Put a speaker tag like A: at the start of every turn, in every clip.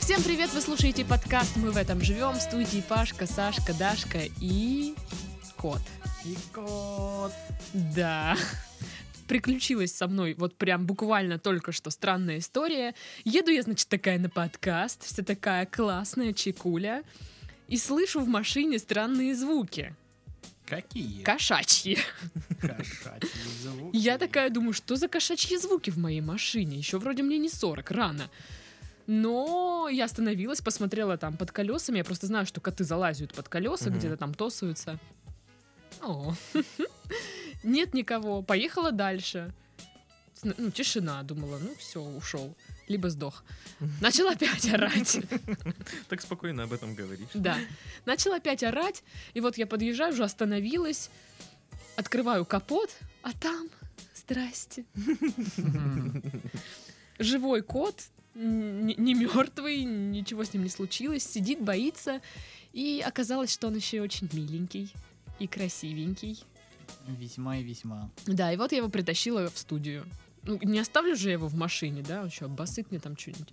A: Всем привет! Вы слушаете подкаст «Мы в этом живем» в студии Пашка, Сашка, Дашка и кот.
B: И кот.
A: Да. Приключилась со мной вот прям буквально только что странная история. Еду я, значит, такая на подкаст, вся такая классная чекуля, и слышу в машине странные звуки.
B: Какие
A: Кошачьи.
B: кошачьи звуки.
A: Я такая думаю, что за кошачьи звуки в моей машине? Еще вроде мне не 40, рано. Но я остановилась, посмотрела там под колесами. Я просто знаю, что коты залазят под колеса,
B: Мгм.
A: где-то там тосуются. О. Нет никого. Поехала дальше. Сн- Ну, тишина, думала, ну все, ушел. Либо сдох. Начала опять орать.
B: Так спокойно об этом говоришь.
A: Да. Начала опять орать. И вот я подъезжаю, уже остановилась. Открываю капот, а там... Здрасте. Живой кот, н- не мертвый, ничего с ним не случилось, сидит, боится. И оказалось, что он еще и очень миленький и красивенький.
C: Весьма и весьма.
A: Да, и вот я его притащила в студию. Ну, не оставлю же я его в машине, да? Он еще обоссыт мне там что-нибудь.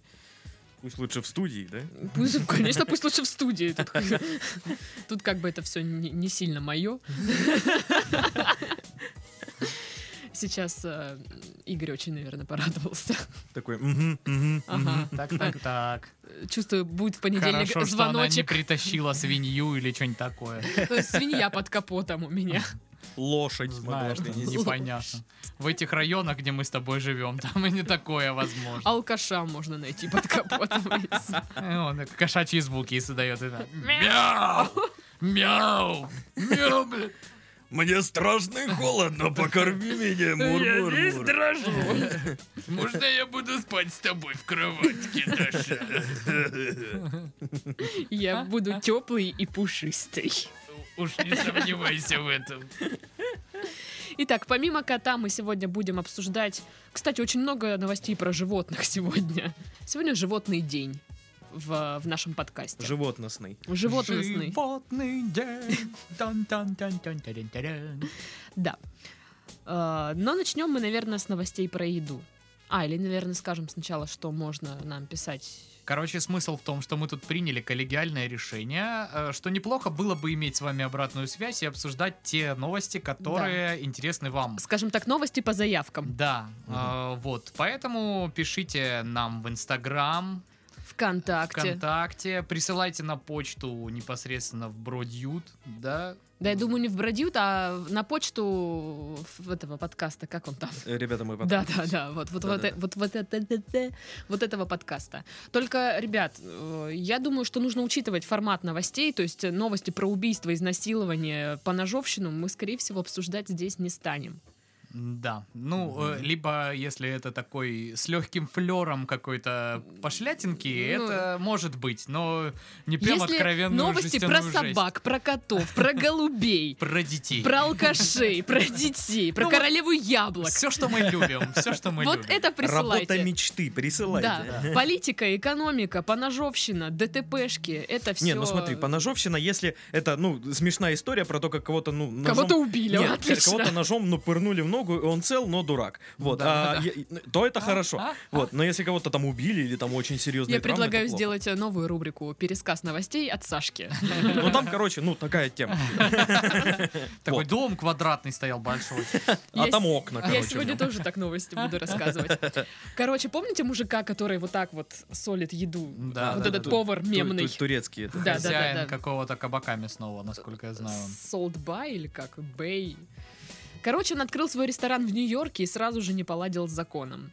B: Пусть лучше в студии, да?
A: Пусть, конечно, пусть лучше в студии. Тут, тут как бы это все не, не сильно мое. Сейчас э, Игорь очень, наверное, порадовался.
B: Такой, «Мгм, мгм,
A: Ага.
B: мгм».
C: Так, так, так.
A: Чувствую, будет в понедельник
C: Хорошо, что она не
A: звоночек.
C: притащила свинью или что-нибудь такое.
A: Э, Свинья под капотом у меня.
B: лошадь могла
C: Знаешь,
B: принести.
C: непонятно. В этих районах, где мы с тобой живем, там и не такое
A: А-
C: возможно.
A: Алкаша можно найти под капотом.
C: Э, Он так кошачьи звуки издает. и так, Мяу! Мяу! Мяу, блин.
B: Мне страшно и холодно, покорми меня, мур-мур-мур.
A: Я здесь дрожу.
C: Можно я буду спать с тобой в кроватке, Даша?
A: Я буду теплый и пушистый.
C: Уж не сомневайся в этом.
A: Итак, помимо кота мы сегодня будем обсуждать... Кстати, очень много новостей про животных сегодня. Сегодня животный день в, в нашем подкасте.
B: Животносный.
A: Животный сны.
C: Животный день. Тан-тан-тан-тан-тарин-тарин.
A: Да. Э, Но начнем мы, наверное, с новостей про еду. А, или, наверное, скажем сначала, что можно нам писать.
C: Короче, смысл в том, что мы тут приняли коллегиальное решение, э, что неплохо было бы иметь с вами обратную связь и обсуждать те новости, которые интересны вам.
A: Скажем так, новости по заявкам.
C: Да, э, вот. Поэтому пишите нам в Инстаграм,
A: Вконтакте.
C: ВКонтакте, присылайте на почту непосредственно в Бродьют, да?
A: Да, я думаю, не в Бродьют, а на почту в- этого подкаста. Как он там?
B: Э, Ребята, мы
A: Да, да, да. Вот, вот, вот,
B: Да-да-да.
A: э- вот, вот, это- это- вот этого подкаста. Только, ребят, э, я думаю, что нужно учитывать формат новостей, то есть э, новости про убийство, изнасилование, поножовщину мы, скорее всего, обсуждать здесь не станем.
C: Да. Ну, э, либо если это такой с легким флером какой-то пошлятинки,
A: Ну.
C: это может быть, но не прям
A: Если
C: откровенную
A: новости про
C: жестяную жесть.
A: собак, про котов, про голубей,
C: Про детей.
A: про алкашей, про детей, про
C: Ну,
A: королеву яблок,
C: Все, что мы любим, все, что мы
A: вот
C: любим.
A: это
B: Работа
A: присылайте.
B: мечты,
A: Да,
B: присылайте.
A: политика, экономика, поножовщина, ДТПшки, это все.
B: Не, ну смотри, поножовщина, если это, ну, смешная история про то, как кого-то, ну, ножом-
A: Кого-то убили,
B: Нет,
A: отлично.
B: кого-то ножом ну, пырнули в ногу, и он цел, но дурак. Вот,
C: Да,
B: а,
C: да, да.
B: я- то это хорошо.
C: а,
B: вот, но если кого-то там убили или там очень серьезные
A: Я
B: травмы, это
A: предлагаю
B: плохо.
A: сделать э, новую рубрику «Пересказ новостей» от Сашки.
B: Ну там, короче, ну такая тема.
C: Такой
B: вот.
C: дом квадратный стоял большой.
B: А
A: Я
B: там
A: с-
B: окна, короче.
A: Я сегодня
B: в нем.
A: тоже так новости буду рассказывать. Короче, помните мужика, который вот так вот солит еду?
C: Да,
A: вот
C: да,
A: этот
C: да.
A: повар
B: Ту-
A: мемный.
B: ту- Турецкий. это.
A: Да, да, да,
C: Хозяин
A: да.
C: какого-то кабаками снова, насколько я знаю.
A: Солдбай или как? Бэй. Короче, он открыл свой ресторан в Нью-Йорке и сразу же не поладил с законом.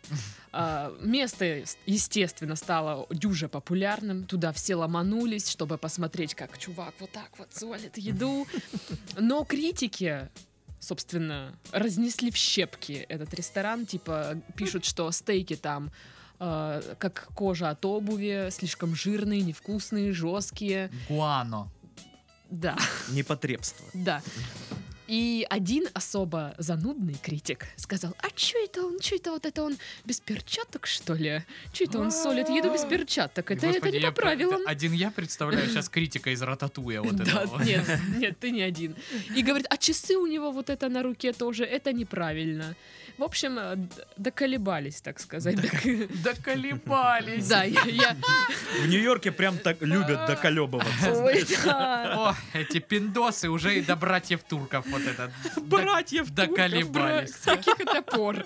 A: А, место, с- естественно, стало дюже популярным. Туда все ломанулись, чтобы посмотреть, как чувак вот так вот солит еду. Но критики собственно, разнесли в щепки этот ресторан. Типа пишут, что стейки там э, как кожа от обуви, слишком жирные, невкусные, жесткие.
C: Гуано.
A: Да.
B: Непотребство.
A: Да. И один особо занудный критик сказал, а чё это он, чё это вот это он без перчаток, что ли? Чё это он солит еду без перчаток? Это, это
C: Господи,
A: не
C: я
A: по
C: пр-
A: правилам.
C: это Один я представляю сейчас критика из Рататуя вот
A: Да,
C: этого.
A: нет, нет, ты не один. И говорит, а часы у него вот это на руке тоже, это неправильно. В общем, э, д- доколебались, так сказать. Док-
C: Доколебались.
A: Да, я- я...
B: В Нью-Йорке прям так любят
A: А.
B: доколебываться.
A: Ой, да.
C: О, эти пиндосы уже и до братьев турков вот это.
B: Братьев
C: Да, доколебались.
A: С каких это пор?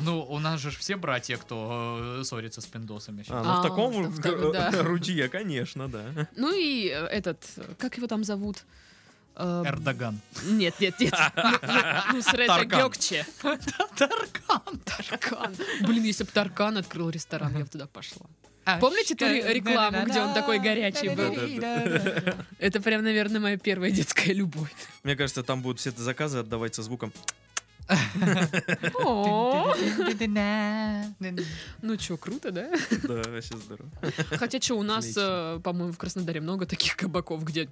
C: Ну, у нас же ж все братья, кто э, ссорится с пиндосами. щас.
B: А, ну
A: А,
B: в таком
A: в таком,
B: г-
A: да.
B: ручье, конечно, да.
A: Ну и э, этот, э, как его там зовут? Э,
C: Эрдоган.
A: Нет, нет, нет. Ну, ну, Ну, Срета
B: Таркан.
A: Гёкче.
C: Таркан.
A: Таркан. Блин, если бы Таркан открыл ресторан, я бы туда пошла. Помните ту ре- рекламу, где он такой горячий был? Это прям, наверное, моя первая детская любовь.
B: Мне кажется, там будут все заказы отдавать со звуком.
A: О, Ну чё, круто, да?
B: Да, вообще здорово.
A: Хотя что, у нас,
B: Отлично.
A: э, по-моему, в Краснодаре много таких кабаков, где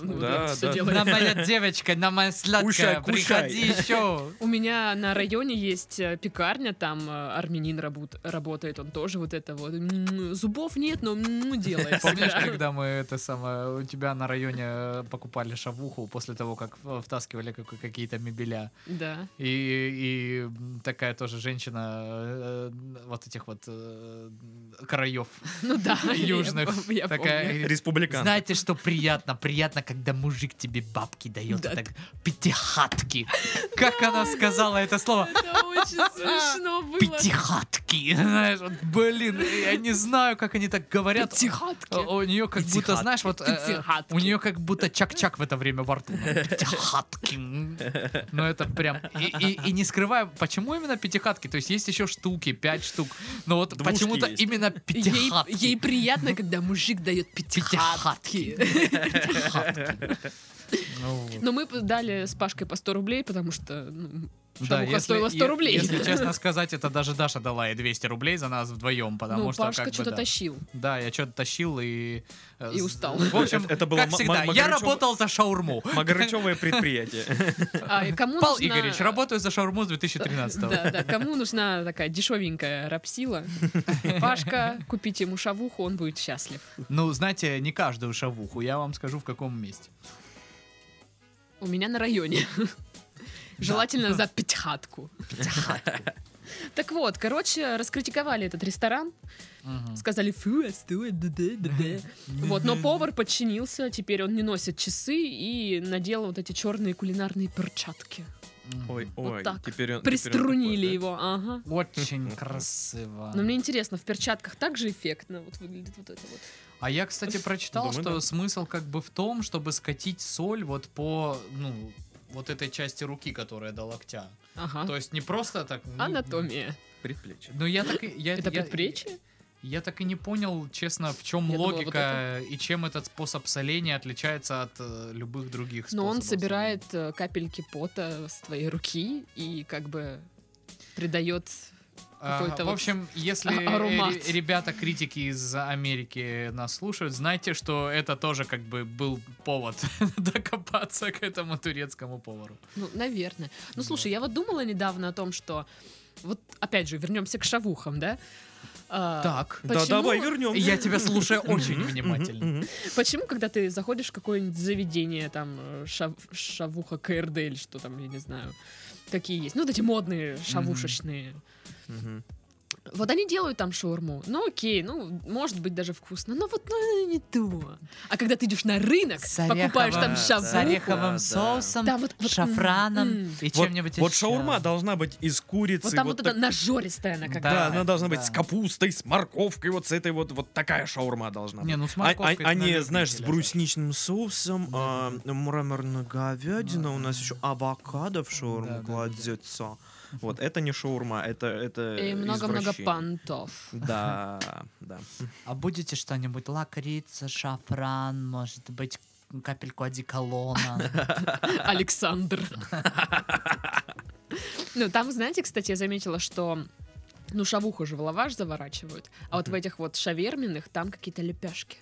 A: ну, вот
B: Да,
A: это всё
B: да.
A: делается.
C: На моя девочка, на моя
B: Кушай,
C: сладкая,
B: кушай.
C: приходи еще.
A: У меня на районе есть э, пекарня, там э, армянин рабут- работает, он тоже вот это вот. м, Зубов нет, но м, ну, делает.
C: Помнишь,
A: всегда.
C: когда мы это самое, у тебя на районе э, покупали шавуху после того, как э, втаскивали какой- какие-то мебеля?
A: Да.
C: И, и м, такая тоже женщина э, вот этих вот э, краев
A: Ну да. я
C: южных.
A: пом- я
C: такая,
A: помню.
C: говорит,
B: Республикан.
C: Знаете, что приятно? Приятно, когда мужик тебе бабки дает.
A: Да.
C: Так, пятихатки. Как она сказала это слово?
A: Это очень смешно было.
C: Пятихатки. Знаешь, вот, блин, я не знаю, как они так говорят.
A: Пятихатки.
C: Э, У нее как будто,
B: Пятихатки.
C: знаешь, вот э, э,
A: Пятихатки.
C: у нее как будто чак-чак в это время во рту. Пятихатки. Ну это прям... И, и- и не скрываю, почему именно пятихатки? То есть есть еще штуки, пять штук. Но вот
B: Двушки
C: почему-то
B: есть.
C: именно
A: Ей,
C: пятихатки.
A: ей приятно, когда мужик дает
C: Пятихатки.
A: пятихатки.
C: Ну вот.
A: Но мы дали с Пашкой по 100 рублей, потому что ну, шавуха
C: если-
A: стоила 100
C: е-
A: рублей.
C: Если честно сказать, это даже Даша дала и 200 рублей за нас вдвоем, потому
A: ну,
C: что как
A: Пашка
C: бы,
A: что-то
C: да.
A: тащил.
C: Да, я что-то тащил и... э,
A: И
C: с-
A: устал. Ну,
C: В общем,
B: Это было
C: как
B: м-
C: всегда,
B: м-
C: я
B: Магарычева-
C: работал за шаурму.
B: Магарычевое предприятие.
A: А, и кому
C: Пал
A: нужна-
C: Игоревич, работаю за шаурму с 2013
A: Да, да, кому нужна такая дешевенькая рапсила? Пашка, купите ему шавуху, он будет счастлив.
C: Ну, знаете, не каждую шавуху, я вам скажу, в каком месте.
A: У меня на районе. Желательно за пятихатку. Так вот, короче, раскритиковали этот ресторан,
C: Мгм.
A: сказали фу, а отстой, да-да-да-да». Вот, но повар подчинился, теперь он не носит часы и надел вот эти черные кулинарные перчатки.
C: Мгм.
B: Ой,
A: Вот
B: ой,
A: так.
B: теперь он...
A: Приструнили его, ага.
C: Очень красиво.
A: Но Ну, мне интересно, в перчатках также эффектно вот выглядит вот это вот.
C: А я, кстати, прочитал,
B: Думаю,
C: что
B: да.
C: смысл как бы в том, чтобы скатить соль вот по, ну, вот этой части руки, которая до локтя. То
A: Ага.
C: есть не просто так... ну,
A: А. Анатомия.
B: Предплечье.
C: Ну, я так и... Я,
A: Это
C: я-
A: предплечье?
C: Я так и не понял, честно, в чем
A: Я думала, вот
C: логика и чем этот способ соления отличается от э, любых других
A: Но
C: способов.
A: он собирает
C: соления.
A: э, капельки пота с твоей руки и как бы придает...
C: А,
A: какой-то
C: в
A: вот
C: общем, если
A: а- аромат.
C: ре- ребята критики из Америки нас слушают, знайте, что это тоже как бы был повод докопаться к этому турецкому повару.
A: Ну, наверное. Ну,
C: Да.
A: слушай, я вот думала недавно о том, что... Вот, опять же, вернемся к шавухам, да? А,
C: Так.
B: Да,
A: Почему-
B: давай вернем.
C: Я тебя слушаю очень внимательно.
B: Мгм, мгм.
A: Почему, когда ты заходишь в какое-нибудь заведение, там, э, шав- шавуха КРД или что там, я не знаю, какие есть, ну, вот эти модные шавушечные,
B: Мгм.
A: вот они делают там шаурму, ну, окей, ну, может быть, даже вкусно, но вот, ну, не то. А когда ты идешь на рынок, покупаешь там
B: ореховым- с
A: шавуху,
B: ореховым соусом,
A: там вот... вот, м, м.
C: и
B: Вот- Вот шаурма должна быть из курицы.
A: Вот там вот эта
B: так-
A: нажористая она как
C: Да,
B: Да, она должна быть
C: да.
B: с капустой, с морковкой, вот с этой вот, вот такая шаурма должна быть.
C: Не, ну с
B: А, а-
C: морковкой это
B: а
C: на
B: не,
C: любителя,
B: знаешь, с
C: да.
B: брусничным соусом,
C: Да,
B: а, мраморная говядина, у нас еще авокадо в
C: Да, да,
B: шаурму
C: да,
B: кладется. Вот, это не шаурма, это это
A: И много-много
B: э, извращение.
A: понтов.
B: Да, да.
C: А будете что-нибудь? Лакрица, шафран, может быть, капельку одеколона.
A: Александр. Ну, там, знаете, кстати, я заметила, что ну, шавуху же в лаваш заворачивают, а вот в этих вот шаверменных там какие-то лепешки.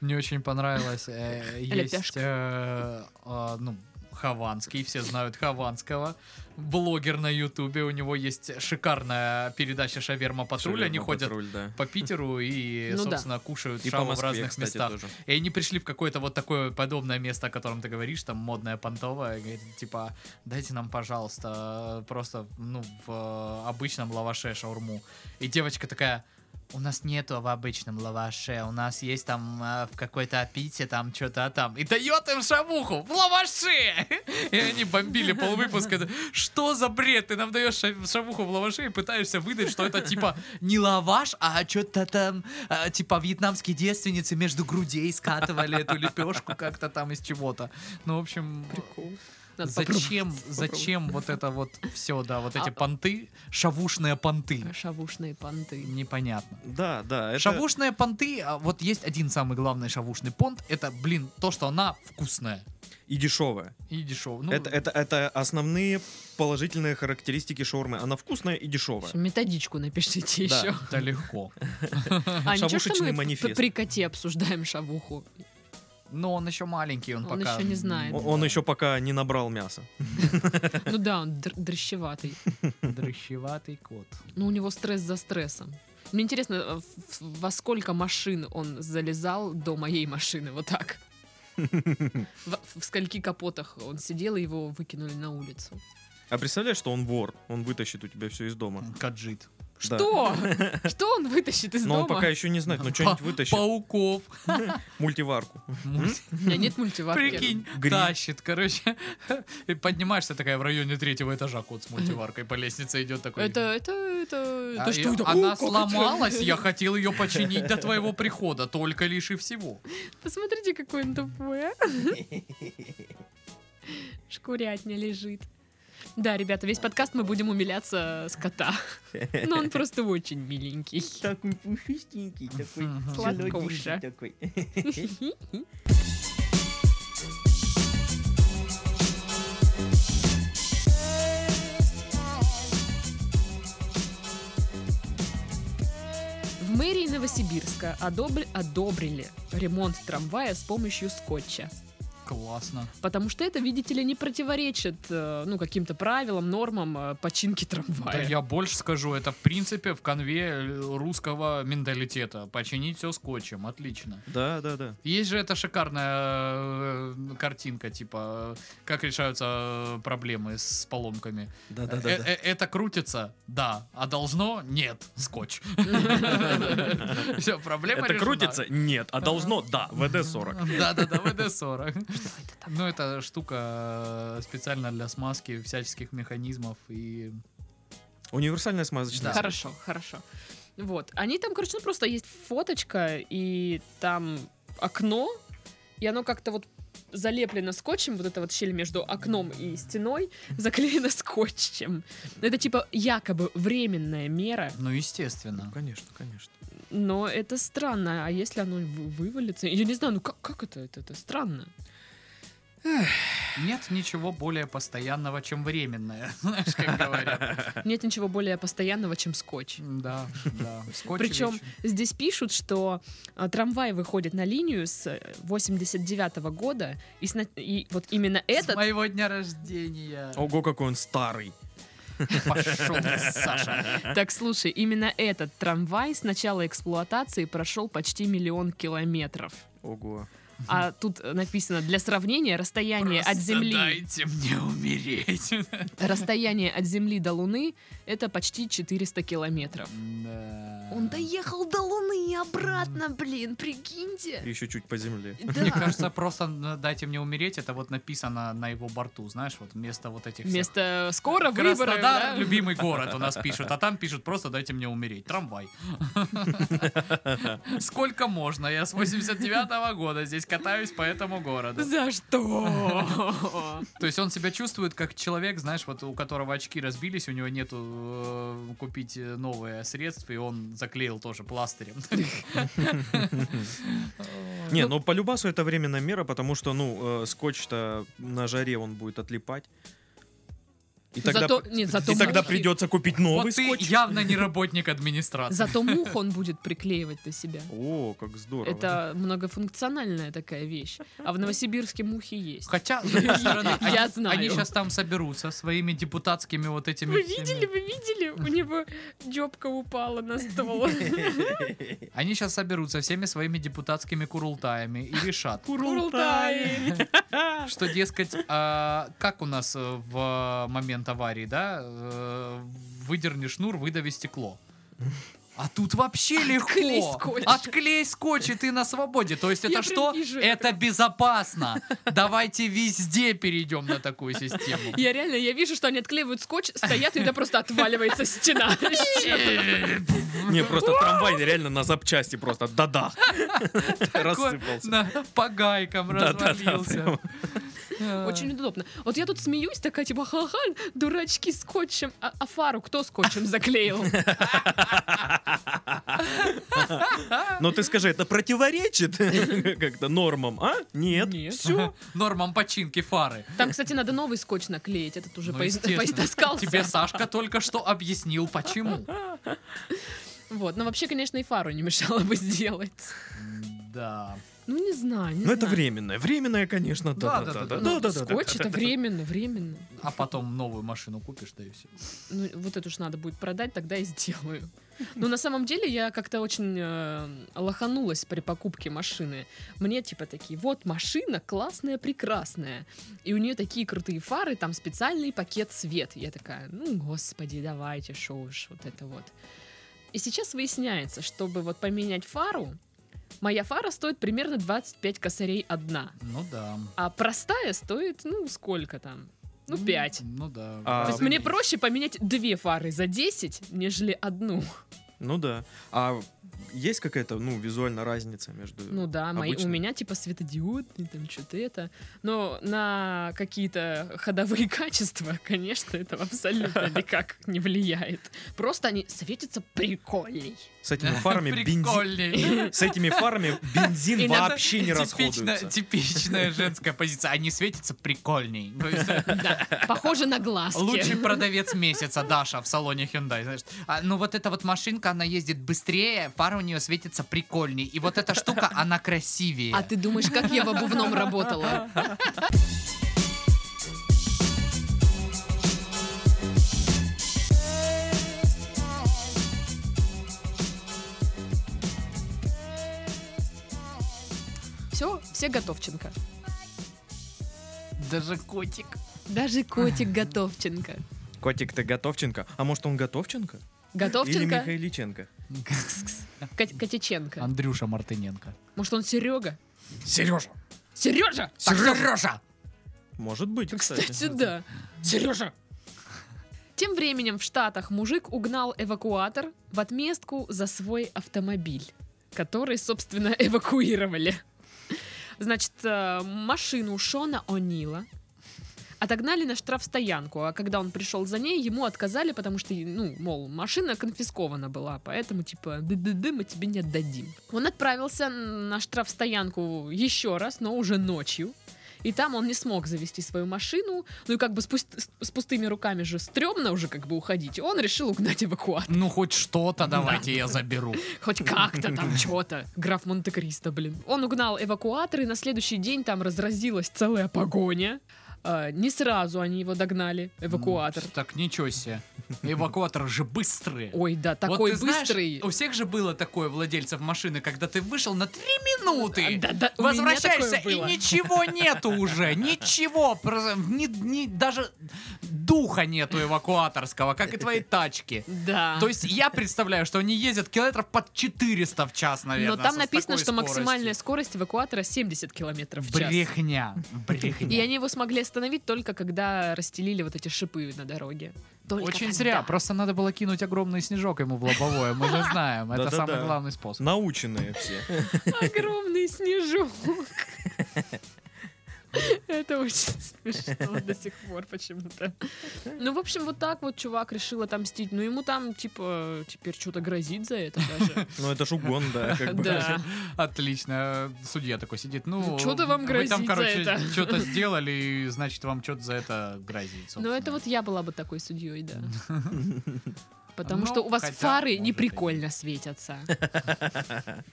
C: Мне очень понравилось. э, Есть
A: Лепешка.
C: э, э, ну, Хованский, все знают Хованского, блогер на Ютубе, у него есть шикарная передача «Шаверма патруль»,
B: Шаверма
C: они ходят
B: патруль, да.
C: по Питеру и,
A: Ну да.
C: собственно, кушают
B: И по
C: шаву в
B: Москве,
C: разных
B: кстати,
C: местах.
B: тоже.
C: И они пришли в какое-то вот такое подобное место, о котором ты говоришь, там модное понтовое, и говорит, типа, дайте нам, пожалуйста, просто, ну, в э, обычном лаваше шаурму. И девочка такая, у нас нету в обычном лаваше, у нас есть там э, в какой-то апите, там что-то там. И дает им шавуху в лаваше! И они бомбили полвыпуска. Что за бред? Ты нам даешь ша- шавуху в лаваше и пытаешься выдать, что это типа не лаваш, а что-то там, э, типа вьетнамские девственницы между грудей скатывали эту лепешку как-то там из чего-то. Ну, в общем,
A: Надо
C: зачем,
A: попробовать.
C: зачем вот это вот все, да, вот эти
A: А-
C: понты, шавушные понты?
A: Шавушные понты.
C: Непонятно.
B: Да, да. это-
C: Шавушные понты, а вот есть один самый главный шавушный понт, это, блин, то, что она вкусная
B: И дешевая.
C: и дешевая. Ну,
B: Это, э, это, это основные положительные характеристики шаурмы. Она вкусная и дешевая.
A: Методичку напишите
B: Да.
A: еще.
C: да легко.
A: А ничего, что
B: Шавушечный
A: мы
B: манифест.
A: п- при коте обсуждаем шавуху.
C: Но он еще маленький, он,
A: Он
C: пока...
A: еще не знает.
B: О- Он еще пока не набрал мяса.
A: Ну да, он др- дрыщеватый.
C: Дрыщеватый кот.
A: Но Ну, у него стресс за стрессом. Мне интересно, э, в- в- во сколько машин он залезал до моей машины, вот так. В, в скольки капотах он сидел, и его выкинули на улицу.
B: А представляешь, что он вор? Он вытащит у тебя все из дома.
C: Каджит.
B: Да.
A: Что? Что он вытащит из
B: Но он пока
A: дома?
B: еще не знает, но что-нибудь
C: Па-
B: вытащит.
C: Пауков.
B: Мультиварку.
A: У меня нет мультиварки.
C: Прикинь,
B: Гриль.
C: тащит, короче. И поднимаешься такая в районе третьего этажа, кот с мультиваркой по лестнице идет такой.
A: Это, это, это...
C: А,
A: это
C: и
A: Э, что это?
C: Она
A: О, как это?
C: сломалась, я хотел ее починить до твоего прихода, только лишь и всего.
A: Посмотрите, какой он тупой, а. Шкурятня лежит. Да, ребята, весь подкаст мы будем умиляться с кота. Но он просто очень миленький.
D: Такой пушистенький, такой
C: Мгм.
D: солоденький
A: Сладкоша.
D: такой.
A: В мэрии Новосибирска одобр- одобрили ремонт трамвая с помощью скотча.
C: Классно.
A: Потому что это, видите ли, не противоречит э, ну, каким-то правилам, нормам э, починки
C: Да
A: трамвая.
C: я больше скажу, это в принципе в конве э, русского менталитета. Починить все скотчем, отлично.
B: Да, да, да.
C: Есть же эта шикарная э, картинка, типа, э, как решаются э, проблемы с поломками.
B: Да, да, да.
C: Э, э, Это крутится, да, а должно нет, скотч. Все, проблема
B: Это
C: решена.
B: крутится? Нет. А должно? Да. ВД-40.
C: Да, да, да, ВД-40. Ну, это штука э, специально для смазки всяческих механизмов и...
B: Универсальная смазочная.
C: Да.
B: средство.
A: Хорошо, хорошо. Вот. Они там, короче, ну просто есть фоточка, и там окно, и оно как-то вот залеплено скотчем, вот эта вот щель между окном и стеной заклеена скотчем. Это типа якобы временная мера,
C: Ну, естественно.
B: Ну, Конечно, конечно.
A: но это странно. А если оно вы- вывалится? Я не знаю, ну как, как это? это? Это странно.
C: Нет ничего более постоянного, чем временное, знаешь, как говорят.
A: Нет ничего более постоянного, чем скотч.
C: Да, да. Скотч
A: Причем
C: вечен.
A: здесь пишут, что а, трамвай выходит на линию с 89 года, и, сна- и вот именно
C: С
A: этот...
C: моего дня рождения.
B: Ого, какой он старый.
C: Пошел, Саша.
A: Так, слушай, именно этот трамвай с начала эксплуатации прошел почти миллион километров.
B: Ого.
A: А тут э, написано, для сравнения, расстояние от
C: Просто
A: Земли...
C: дайте мне умереть.
A: Расстояние от Земли до Луны — это почти 400 километров.
C: Да.
A: Он доехал до Луны и обратно, блин, прикиньте.
B: Еще чуть по земле.
C: Мне
A: Да.
C: кажется, просто э, дайте мне умереть, это вот написано на его борту, знаешь, вот вместо вот этих всех
A: Вместо скоро выборов,
C: Краснодар,
A: да?
C: любимый город у нас пишут, а там пишут просто дайте мне умереть. Трамвай. Сколько можно? Я с 89 года здесь катаюсь по этому городу.
A: За что?
C: То есть он себя чувствует как человек, знаешь, вот у которого очки разбились, у него нету э, купить э, новые средства, и он заклеил тоже пластырем.
A: Ну.
C: ну,
B: Не, но по любасу это временная мера, потому что, ну, э, скотч-то на жаре он будет отлипать. И тогда,
A: зато, нет, зато
B: и тогда
A: мухи-
B: придется купить новый
C: Вот ты
B: скотч.
C: явно не работник администрации.
A: Зато мух он будет приклеивать на себя.
B: О, как здорово.
A: Это многофункциональная такая вещь. А в Новосибирске мухи есть.
C: Хотя, с другой стороны,
A: Я
C: они-
A: знаю.
C: они сейчас там соберутся своими депутатскими вот этими...
A: Вы
C: всеми.
A: видели, вы видели? У него джобка упала на стол.
C: Они сейчас соберутся всеми своими депутатскими курултаями и решат,
A: Курултай.
C: что, дескать, а, как у нас э, в момент аварии, да, э, выдерни шнур, выдави стекло. А тут вообще
A: Отклей
C: легко.
A: скотч.
C: Отклей скотч, и ты на свободе. То есть
A: Я
C: это
A: прям
C: что?
A: вижу
C: Это безопасно. Давайте везде перейдем на такую систему.
A: Я реально, я вижу, что они отклеивают скотч, стоят, и да просто отваливается стена.
B: Не, просто трамвай реально на запчасти просто да-да. Рассыпался.
C: На- По гайкам
B: Да-да-да,
C: развалился.
B: прямо.
C: А.
A: Очень удобно. Вот я тут смеюсь, такая типа, ха-ха, дурачки скотчем. А, а фару кто скотчем заклеил?
B: Но Ну, ты скажи, это противоречит как-то нормам, а? Нет.
A: Нет.
B: Все.
C: Нормам починки фары.
A: Там, кстати, надо новый скотч наклеить, этот уже
C: Ну,
A: поис-
C: естественно.
A: поистаскался.
C: Тебе Сашка только что объяснил, почему.
A: Вот, но вообще, конечно, и фару не мешало бы сделать.
C: Да.
A: Ну, не знаю, не
B: Ну это
A: знаю.
B: временное. Временное, конечно, да. да, да,
C: Да-да-да.
A: Ну,
B: да, да, да.
A: скотч это временно, временно.
C: А потом новую машину купишь, да и все.
A: Ну, вот это уж надо будет продать, тогда и сделаю. Но на самом деле я как-то очень э, лоханулась при покупке машины. Мне типа такие, вот машина классная, прекрасная. И у нее такие крутые фары, там специальный пакет свет. Я такая, ну, господи, давайте, шо уж, вот это вот. И сейчас выясняется, чтобы вот поменять фару, моя фара стоит примерно 25 косарей одна.
C: Ну да.
A: А простая стоит, ну, сколько там? Ну, 5.
C: Ну да.
B: А,
A: То есть мне проще поменять две фары за 10, нежели одну.
B: Ну да. А есть какая-то, ну, визуальная разница между...
A: Ну да, мои, у
B: обычно.
A: меня типа светодиодный, там что-то это. Но на какие-то ходовые качества, конечно, это абсолютно никак не влияет. Просто они светятся прикольней.
B: С этими фарами бензин...
C: Прикольнее.
B: С этими фарами
A: И
B: бензин
A: надо
B: вообще не
C: Типично-
B: расходуется.
C: Типичная женская позиция. Они светятся прикольней. То есть, э,
A: Да, похоже на глазки.
C: Лучший продавец месяца Даша в салоне Hyundai, знаешь. А, ну вот эта вот машинка, она ездит быстрее, пара у нее светится прикольней. И вот эта штука, она красивее.
A: А ты думаешь, как я в обувном работала? Все, все готовченко.
C: Даже котик.
A: Даже котик готовченко.
B: Котик, ты Готовченко? А может он Готовченко? Или
A: Готовченко?
B: Михаиличенко?
A: Кат- Котиченко.
C: Андрюша Мартыненко.
A: Может, он Серега?
B: Сережа!
A: Сережа!
C: Сережа!
B: Может быть, кстати.
A: Кстати, да. Сережа! Тем временем в Штатах мужик угнал эвакуатор в отместку за свой автомобиль, который, собственно, эвакуировали. Значит, э, машину Шона О'Нила отогнали на штрафстоянку, а когда он пришел за ней, ему отказали, потому что, ну, мол, машина конфискована была, поэтому, типа, ды-ды-ды, мы тебе не отдадим. Он отправился на штрафстоянку еще раз, но уже ночью, и там он не смог завести свою машину, ну и как бы с, пуст- с- с пустыми руками же стрёмно уже как бы уходить. Он решил угнать эвакуатор.
C: Ну хоть что-то давайте я заберу.
A: Хоть как-то там что-то. Граф Монте-Кристо, блин. Он угнал эвакуатор, и на следующий день там разразилась целая погоня. А, не сразу они его догнали, эвакуатор.
C: М, Так, ничего себе. Эвакуаторы же быстрые.
A: Ой, да,
C: Вот
A: такой
C: ты знаешь,
A: быстрый.
C: у всех же было такое владельцев машины, когда ты вышел на три минуты.
A: А, Да, да, у меня
C: Возвращаешься,
A: такое
C: и
A: было.
C: ничего нету уже, ничего, просто ни- ни- даже духа нету эвакуаторского, как и твоей тачки.
A: Да.
C: То есть я представляю, что они ездят километров под 400 в час, наверное.
A: Но там
C: со- с
A: написано,
C: такой
A: что максимальная
C: скоростью.
A: скорость эвакуатора 70 километров в час.
C: Брехня, брехня.
A: И они его смогли остановить только когда расстелили вот эти шипы на дороге. Только
C: Очень
A: тогда.
C: зря, просто надо было кинуть огромный снежок ему в лобовое, мы же знаем, это
B: Да-да-да.
C: самый главный способ.
B: Наученные все.
A: Огромный снежок. Это очень смешно до сих пор почему-то. Ну, в общем, вот так вот чувак решил отомстить. Ну, ему там, типа, теперь что-то грозит за это даже.
B: Ну, это ж угон, да. как бы.
A: Да.
C: Отлично. Судья такой сидит. Ну,
A: Чё-то вам грозит
C: Вы там,
A: за
C: короче,
A: это.
C: что-то сделали, и, значит, вам что-то за это грозит.
A: Ну, это
C: собственно.
A: вот я была бы такой судьей, да. Потому
C: Ну,
A: что у вас
C: хотя,
A: фары
C: может,
A: не
C: и
A: прикольно светятся.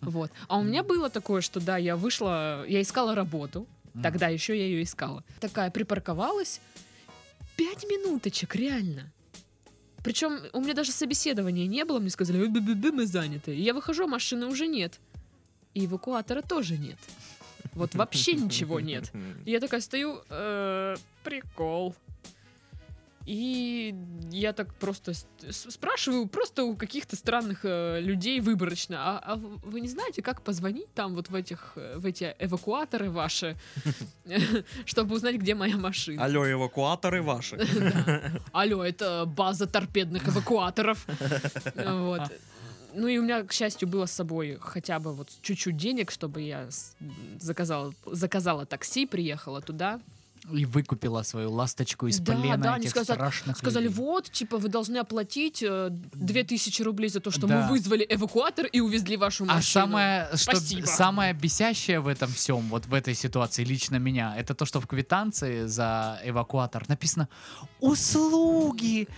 A: Вот. А у меня было такое, что да, я вышла, я искала работу.
C: Мгм.
A: Тогда еще я ее искала. Такая припарковалась. Пять минуточек, реально. Причем у меня даже собеседования не было. Мне сказали, «Э, бе-бе-бе, мы заняты. И я выхожу, а машины уже нет. И эвакуатора тоже нет. Вот вообще ничего нет. И Я такая стою, «Э, прикол. И я так просто с- с- спрашиваю просто у каких-то странных э, людей выборочно, а, а в- вы не знаете, как позвонить там вот в этих э, в эти эвакуаторы ваши, чтобы узнать, где моя машина?
B: Алло, эвакуаторы ваши.
A: Алло, это база торпедных эвакуаторов. Вот. Ну и у меня, к счастью, было с собой хотя бы вот чуть-чуть денег, чтобы я с- заказала, заказала такси, приехала туда,
C: И выкупила свою ласточку из
A: Да,
C: плена
A: да, они
C: этих
A: сказали-
C: страшных
A: Сказали,
C: людей.
A: вот, типа, вы должны оплатить э, 2000 рублей за то, что
C: Да.
A: мы вызвали эвакуатор и увезли вашу машину.
C: А самое, что,
A: Спасибо.
C: самое бесящее в этом всем, вот в этой ситуации лично меня, это то, что в квитанции за эвакуатор написано «Услуги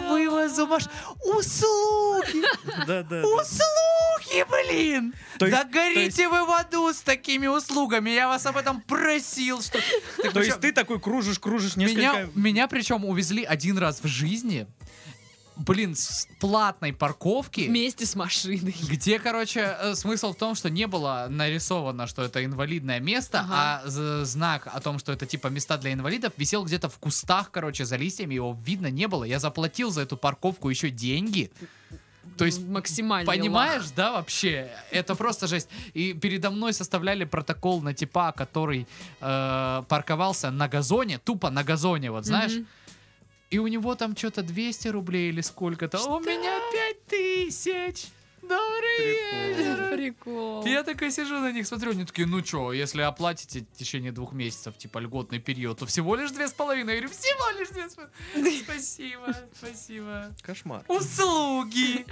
A: Да.
C: вывозу маш... Услуги!
B: Да, да.
C: Услуги, блин!
B: То есть-
C: да горите вы в аду с такими услугами! Я вас об этом просил, что... Так
B: То
C: причем-
B: есть ты такой кружишь, кружишь
C: Меня,
B: несколько...
C: меня причем увезли один раз в жизни, блин, с платной парковки.
A: Вместе с машиной.
C: Где, короче, э, смысл в том, что не было нарисовано, что это инвалидное место,
A: Ага.
C: а з- знак о том, что это типа места для инвалидов, висел где-то в кустах, короче, за листьями, его видно не было. Я заплатил за эту парковку еще деньги. То есть,
A: максимально.
C: Понимаешь, да, вообще? Это просто жесть. И передо мной составляли протокол на типа, который э, парковался на газоне, тупо на газоне, вот знаешь. И у него там что-то 200 рублей или сколько-то. А У меня 5000. Добрый
B: Прикол.
C: вечер.
A: Прикол.
C: Я такой сижу на них, смотрю, они такие, ну чё, если оплатите в течение двух месяцев, типа, льготный период, то всего лишь две с половиной. Я говорю, всего лишь две с половиной. Спасибо, спасибо.
B: Кошмар.
C: Услуги.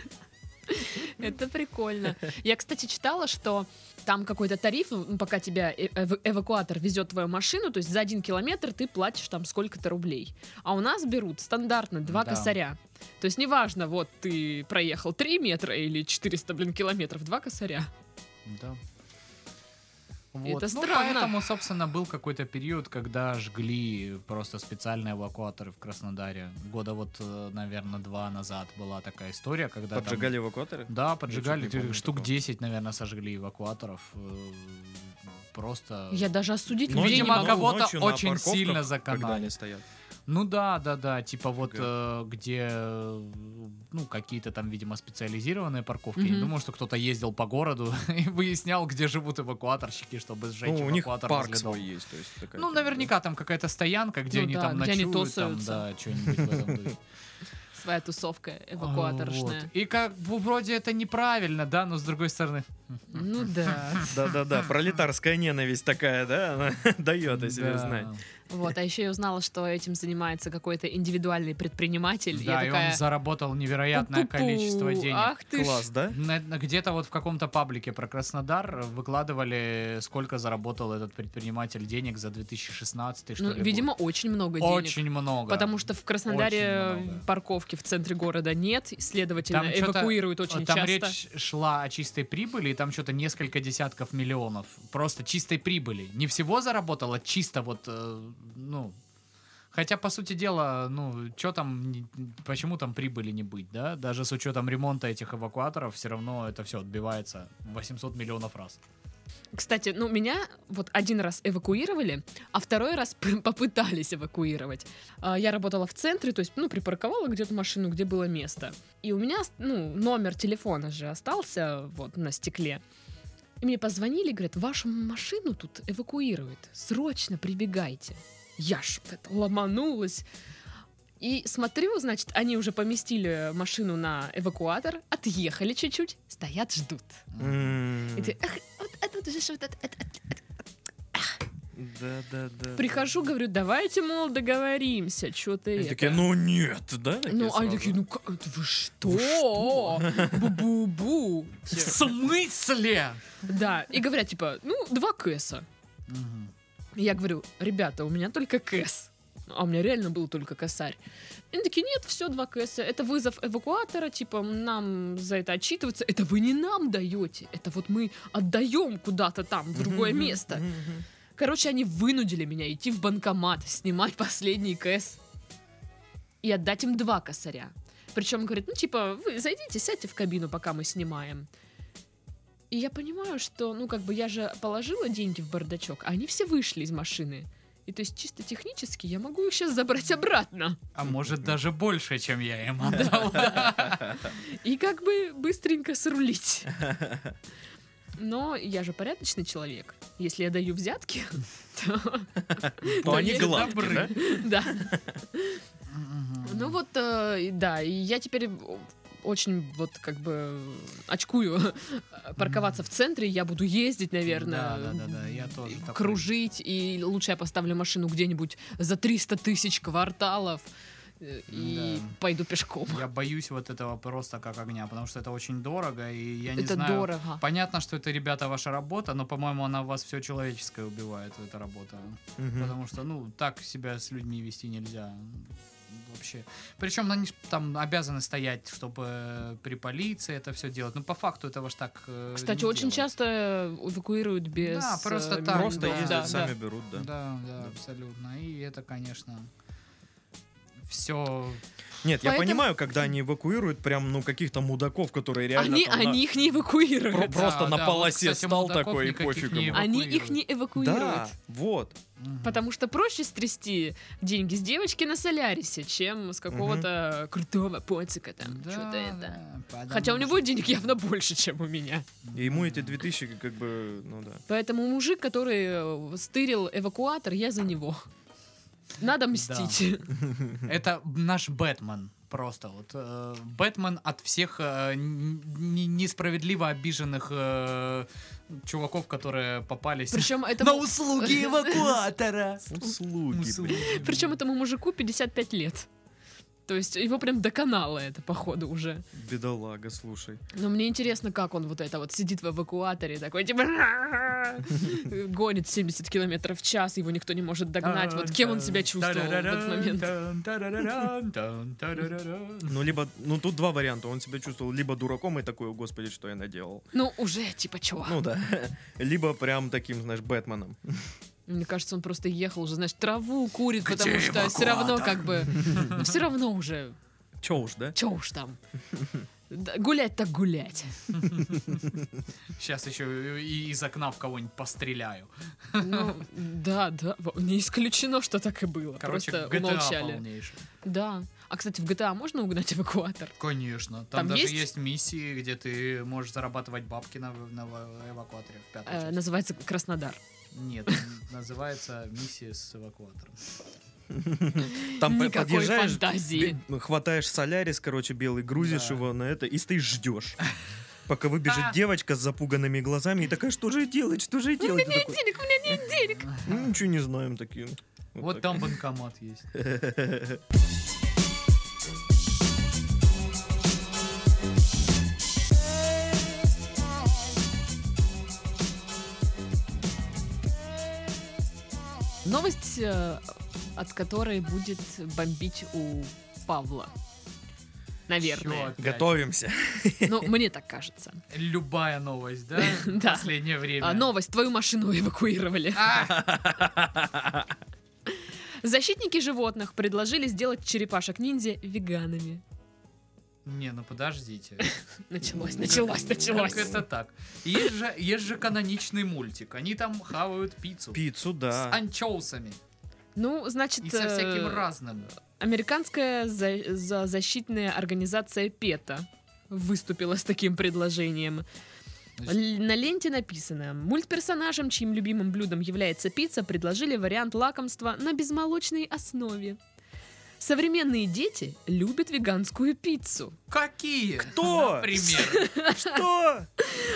A: Это прикольно. Я, кстати, читала, что там какой-то тариф, ну, пока тебя э- эв- эвакуатор везет твою машину, то есть за один километр ты платишь там сколько-то рублей. А у нас берут стандартно два
C: Да.
A: косаря. То есть неважно, вот ты проехал 3 метра или 400, блин, километров, два косаря.
C: Да.
A: Это
C: Ну,
A: странно.
C: поэтому, собственно, был какой-то период, когда жгли просто специальные эвакуаторы в Краснодаре. Года вот, наверное, два назад была такая история, когда там-
B: Поджигали эвакуаторы?
C: Да,
B: Я
C: поджигали.
B: чё-то не помню
C: Штук
B: такого.
C: 10, наверное, сожгли эвакуаторов. Э, Просто...
A: Я даже осудить
C: Ну,
A: людей не
C: видимо,
A: могу.
C: кого- кого-то
B: ночью на
C: очень
B: парковках,
C: сильно
B: Когда
C: заканали.
B: они стоят.
C: Ну да, да, да. Типа вот
B: Ага.
C: э, где, э, ну, какие-то там, видимо, специализированные парковки. Я
A: Мгм.
C: не думаю, что кто-то ездил по городу и выяснял, где живут эвакуаторщики, чтобы сжечь
B: Ну, у них
C: эвакуатор
B: парк
C: возле дома.
B: свой есть. то есть такая
C: Ну,
B: как бы-
C: наверняка там какая-то стоянка, где
A: Ну
C: они
A: да,
C: там
A: где они
C: ночуют, там,
A: тусаются.
C: да, что-нибудь в этом духе.
A: Своя тусовка
C: Вот.
A: эвакуаторшная.
C: И как бы вроде это неправильно, да, но с другой стороны,
A: Ну да.
B: Да-да-да, пролетарская ненависть такая, да, она дает о себе
C: да.
B: знать.
A: Вот, а еще я узнала, что этим занимается какой-то индивидуальный предприниматель. И я
C: Да, и
A: такая,
C: он заработал невероятное
A: «Пу-пу-пу,
C: количество денег.
A: Ах ты ж
B: Класс, да?
C: На- на- Где-то вот в каком-то паблике про Краснодар выкладывали, сколько заработал этот предприниматель денег за 2016 что
A: Ну,
C: ли, год.
A: видимо, очень много денег.
C: очень много.
A: Потому что в Краснодаре
C: Очень много.
A: парковки в центре города нет, и, следовательно,
C: Там чё-то-
A: эвакуируют очень
C: там
A: часто.
C: речь шла о чистой прибыли, и там что-то несколько десятков миллионов. Просто чистой прибыли. Не всего заработало, чисто вот, э, ну... Хотя, по сути дела, ну, что там, не- почему там прибыли не быть, да? Даже с учетом ремонта этих эвакуаторов, все равно это все отбивается в 800 миллионов раз.
A: Кстати, ну меня вот один раз эвакуировали, а второй раз п- попытались эвакуировать. А, Я работала в центре, то есть, ну, припарковала где-то машину, где было место. И у меня, ост- ну, номер телефона же остался вот на стекле. И мне позвонили, говорят, вашу машину тут эвакуируют, срочно прибегайте. Я ж вот это ломанулась. И смотрю, значит, они уже поместили машину на эвакуатор, отъехали чуть-чуть, стоят, ждут.
B: М.
A: а И ты, «Эх, вот это вот же ж вот это- это- это-
B: Да, да, да.
A: Прихожу, говорю, давайте, мол, договоримся, что ты
B: Они
A: это.
B: такие, ну нет, да? такие
A: Ну, они
B: сразу.
A: такие, ну как, это вы что? Бу-бу-бу.
C: В смысле?
A: Да, и говорят, типа, ну, два кэса.
C: Мгм.
A: Я говорю, ребята, у меня только кэс. А у меня реально был только косарь. И Они такие, нет, все, два кэса. Это вызов эвакуатора, типа, нам за это отчитываться. Это вы не нам даете, это вот мы отдаем куда-то там, в другое
B: Мгм,
A: место.
B: мгм, мгм.
A: Короче, они вынудили меня идти в банкомат, снимать последний кэс и отдать им два косаря. Причем говорит, ну типа, вы зайдите, сядьте в кабину, пока мы снимаем. И я понимаю, что, ну как бы я же положила деньги в бардачок, а они все вышли из машины. И то есть чисто технически я могу их сейчас забрать обратно.
C: А может даже больше, чем я им отдал.
A: И как бы быстренько срулить. Но я же порядочный человек. Если я даю взятки, то
B: Ну, они
A: Они
B: гладкие,
C: добры.
B: да?
A: да.
C: Мгм.
A: Ну вот, э, и да, и я теперь очень вот как бы очкую парковаться в центре, я буду ездить, наверное.
C: Да, да, да, да, я тоже
A: и
C: такой.
A: Кружить, и лучше я поставлю машину где-нибудь за 300 тысяч кварталов э, и
C: Да.
A: пойду пешком.
C: Я боюсь вот этого просто как огня, потому что это очень дорого, и я не
A: Это
C: знаю...
A: дорого.
C: Понятно, что это, ребята, ваша работа, но, по-моему, она у вас все человеческое убивает, эта работа.
B: Мгм.
C: Потому что, ну, так себя с людьми вести нельзя. Вообще. Причем они ж там обязаны стоять, чтобы э, при полиции это все делать. Ну, по факту этого ж так. э,
A: Кстати,
C: не
A: очень
C: делают.
A: часто эвакуируют без...
C: Да, просто
A: э,
C: так,
A: мин-
B: Просто
C: да,
B: ездят,
A: да,
B: сами
A: да.
B: берут,
C: Да,
B: да.
C: да,
B: Да.
C: абсолютно. И это, конечно, все.
B: Нет, я
A: Поэтому-
B: понимаю, когда они эвакуируют прям, ну, каких-то мудаков, которые реально
A: Они,
B: там на-
A: они их не эвакуируют.
B: Про- просто на полосе
C: стал
B: стал такой, и пофиг ему.
A: Они их не эвакуируют.
B: Да, вот.
A: Потому что проще стрясти деньги с девочки на солярисе, чем с какого-то крутого поцика там. Что-то это. Хотя у него денег явно больше, чем у меня.
B: И ему эти 2000 как бы, ну да.
A: Поэтому мужик, который э, стырил эвакуатор, я за него. Надо мстить.
C: Это наш Бэтмен. Просто вот э, Бэтмен от всех э, н- н- несправедливо обиженных э, чуваков, которые попались
A: Причем
C: на
A: этому,
C: услуги эвакуатора.
B: Ну, Услуги, блин.
A: причем этому мужику 55 лет. То есть его прям доконало это, походу, уже.
B: Бедолага, слушай.
A: Но мне интересно, как он вот это вот сидит в эвакуаторе, такой типа гонит 70 километров в час, его никто не может догнать. Вот кем он себя чувствовал в этот момент?
C: момент?
B: Ну, либо, ну, тут два варианта. Он себя чувствовал либо дураком и такой, о, господи, что я наделал.
A: Ну, уже, типа, чего?
B: Ну да. Либо прям таким, знаешь, Бэтменом.
A: Мне кажется, он просто ехал уже, знаешь, траву курит,
C: Где
A: потому что все равно
C: эвакуатор?
A: как бы... Все равно уже,
B: Че уж, да?
A: чё уж там. Да, Гулять так гулять.
C: Сейчас еще и из окна в кого-нибудь постреляю.
A: Ну, да, да, во- не исключено, что так и было.
C: Короче,
A: Просто
C: GTA
A: умолчали.
C: полнейший.
A: Да. А, кстати, в GTA можно угнать эвакуатор?
C: Конечно. Там,
A: Там
C: даже
A: есть?
C: есть? миссии, где ты можешь зарабатывать бабки на, на эвакуаторе в пятой
A: Э,
C: части.
A: называется Краснодар.
C: Нет, называется миссия с эвакуатором.
B: Там по-
A: Никакой
B: подъезжаешь,
A: фантазии.
B: бе- ну, хватаешь солярис, короче, белый, грузишь
C: Да.
B: его на это и стоишь ждешь. Пока выбежит девочка с запуганными глазами и такая, что же делать, что
A: Ну,
B: же делать? Ты такой,
A: Денег у меня нет денег.
B: «Ну, Ничего не знаем такие.
C: Вот
B: так.
C: там банкомат есть.
A: Новость, э, от которой будет бомбить у Павла. Наверное.
C: Чё опять?
B: Готовимся.
A: Ну, мне так кажется.
C: Любая новость, да? В
A: Да.
C: Последнее время.
A: А, новость, твою машину эвакуировали.
C: А!
A: Защитники животных предложили сделать черепашек-ниндзя веганами.
C: Не, ну подождите.
A: Началось, началось, началось.
C: Как это так? Есть же, есть же каноничный мультик. Они там хавают пиццу.
B: Пиццу,
C: С
B: да.
C: анчоусами.
A: Ну, значит,
C: И со всяким
A: э,
C: разным.
A: американская за- за- защитная организация ПЕТА выступила с таким предложением. Л- На ленте написано «Мультперсонажам, чьим любимым блюдом является пицца, предложили вариант лакомства на безмолочной основе. Современные дети любят веганскую пиццу.
C: Какие?
B: Кто?
C: Например.
B: Что?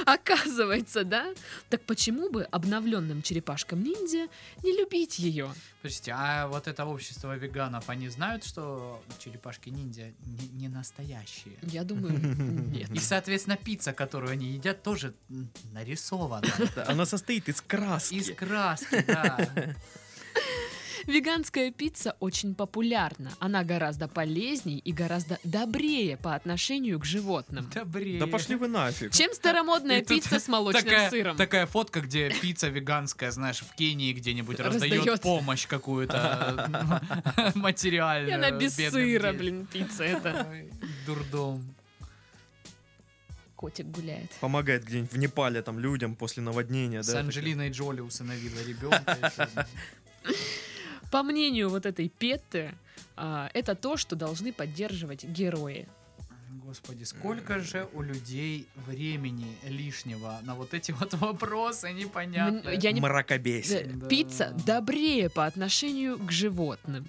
A: Оказывается, да? Так почему бы обновленным черепашкам ниндзя не любить ее?
C: Подождите, а вот это общество веганов, они знают, что черепашки-ниндзя не, не настоящие?
A: Я думаю, нет.
C: И, соответственно, пицца, которую они едят, тоже м, нарисована.
B: Она состоит из
C: Из
B: краски.
C: краски, да.
A: Веганская пицца очень популярна. Она гораздо полезней и гораздо добрее по отношению к животным.
C: Добрее.
B: Да пошли вы нафиг.
A: Чем старомодная
C: И тут
A: пицца с молочным
C: такая,
A: сыром.
C: Такая фотка, где пицца веганская, знаешь, в Кении где-нибудь раздает,
A: Раздает.
C: помощь какую-то м,
A: И
C: материальную.
A: она без
C: бедным
A: сыра,
C: детям.
A: блин, пицца это.
C: Ой, Дурдом.
A: Котик гуляет.
B: Помогает где-нибудь в Непале там людям после наводнения,
C: С
B: да?
C: Анджелиной Джоли усыновила ребенка. еще.
A: По мнению вот этой Петты, а, это то, что должны поддерживать герои.
C: Господи, сколько же у людей времени лишнего на вот эти вот вопросы
A: М,
C: непонятные.
A: Я не...
B: Мракобесие.
A: Э,
C: Да.
A: Пицца добрее по отношению к животным.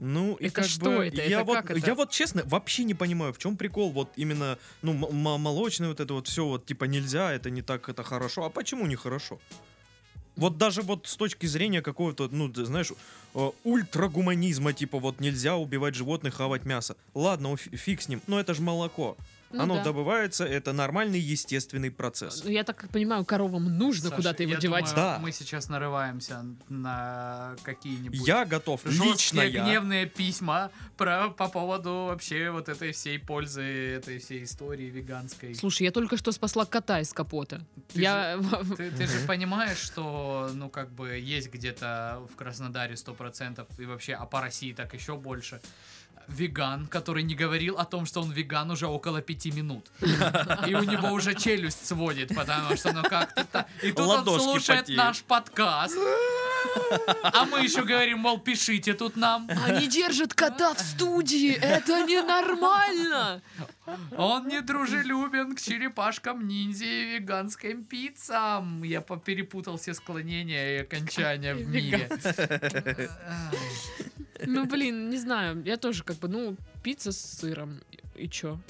B: Ну и
A: Это
B: как
A: что
B: бы,
A: это?
B: Я
A: Это
B: вот,
A: как это?
B: я вот честно вообще не понимаю, в чем прикол. Вот именно, ну м- м- молочное вот это вот все вот типа нельзя, это не так, это хорошо. А почему не хорошо? Вот даже вот с точки зрения какого-то, ну ты знаешь, э, ультрагуманизма типа вот нельзя убивать животных, хавать мясо. Ладно, уф- фиг с ним, но это же молоко.
A: Ну
B: Оно
A: да.
B: добывается, это нормальный естественный процесс.
A: Ну, Я так понимаю, коровам нужно
C: Саша,
A: куда-то его
C: я
A: девать.
C: думаю,
B: Да.
C: Мы сейчас нарываемся на какие-нибудь
B: Я готов лично
C: жесткие
B: я.
C: гневные письма про, по поводу вообще вот этой всей пользы, этой всей истории веганской.
A: Слушай, я только что спасла кота из капота.
C: Ты
A: я
C: Ты, ты же понимаешь, что, ну, как бы, есть где-то в Краснодаре 100%, и вообще, а по России так еще больше, веган, который не говорил о том, что он веган уже около пяти минут. И у него уже челюсть сводит, потому что, ну, как-то так. И тут он
B: Ладошки
C: слушает
B: потеют.
C: наш подкаст. А мы еще говорим, мол, пишите тут нам.
A: Они держат кота в студии, это ненормально!
C: Он не дружелюбен к черепашкам ниндзя и веганским пиццам. Я по- перепутал все склонения и окончания в мире.
A: Ну, блин, не знаю, я тоже как бы, ну, пицца с сыром, и чё?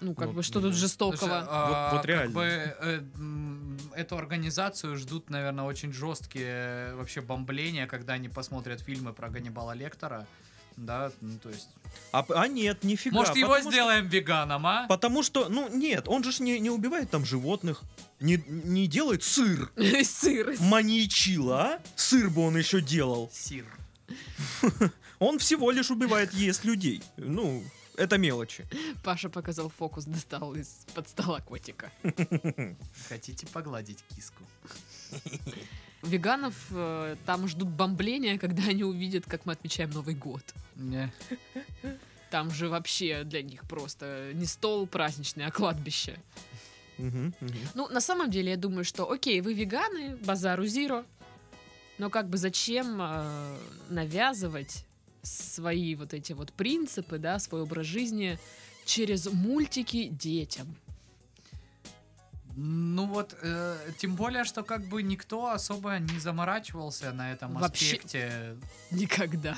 A: Ну, как
B: Ну,
A: бы, что
B: ну,
A: тут
C: Слушай,
A: жестокого?
C: а,
B: Вот- вот
C: как
B: реально.
C: бы, э, м, эту организацию ждут, наверное, очень жесткие э, вообще бомбления, когда они посмотрят фильмы про Ганнибала Лектора. Да, ну, то есть.
B: А, п- а нет, нифига.
C: Может, его
B: потому что-
C: сделаем веганом, а?
B: Потому что, ну нет, он же ж не, не убивает там животных, не, не делает сыр.
A: Сыр.
B: Маньячила, а? Сыр бы он еще делал.
C: Сир.
B: Он всего лишь убивает ест людей. Ну, это мелочи.
A: Паша показал фокус, достал из-под стола котика.
C: Хотите погладить киску?
A: Веганов э, там ждут бомбления, когда они увидят, как мы отмечаем Новый год.
C: Не.
A: Там же вообще для них просто не стол праздничный, а кладбище.
B: Мгм, мгм.
A: Ну, на самом деле, я думаю, что окей, вы веганы, базару зиро, но как бы зачем э, навязывать свои вот эти вот принципы, да, свой образ жизни через мультики детям?
C: Ну вот, э, тем более, что как бы никто особо не заморачивался на этом
A: Вообще.
C: аспекте
A: Никогда.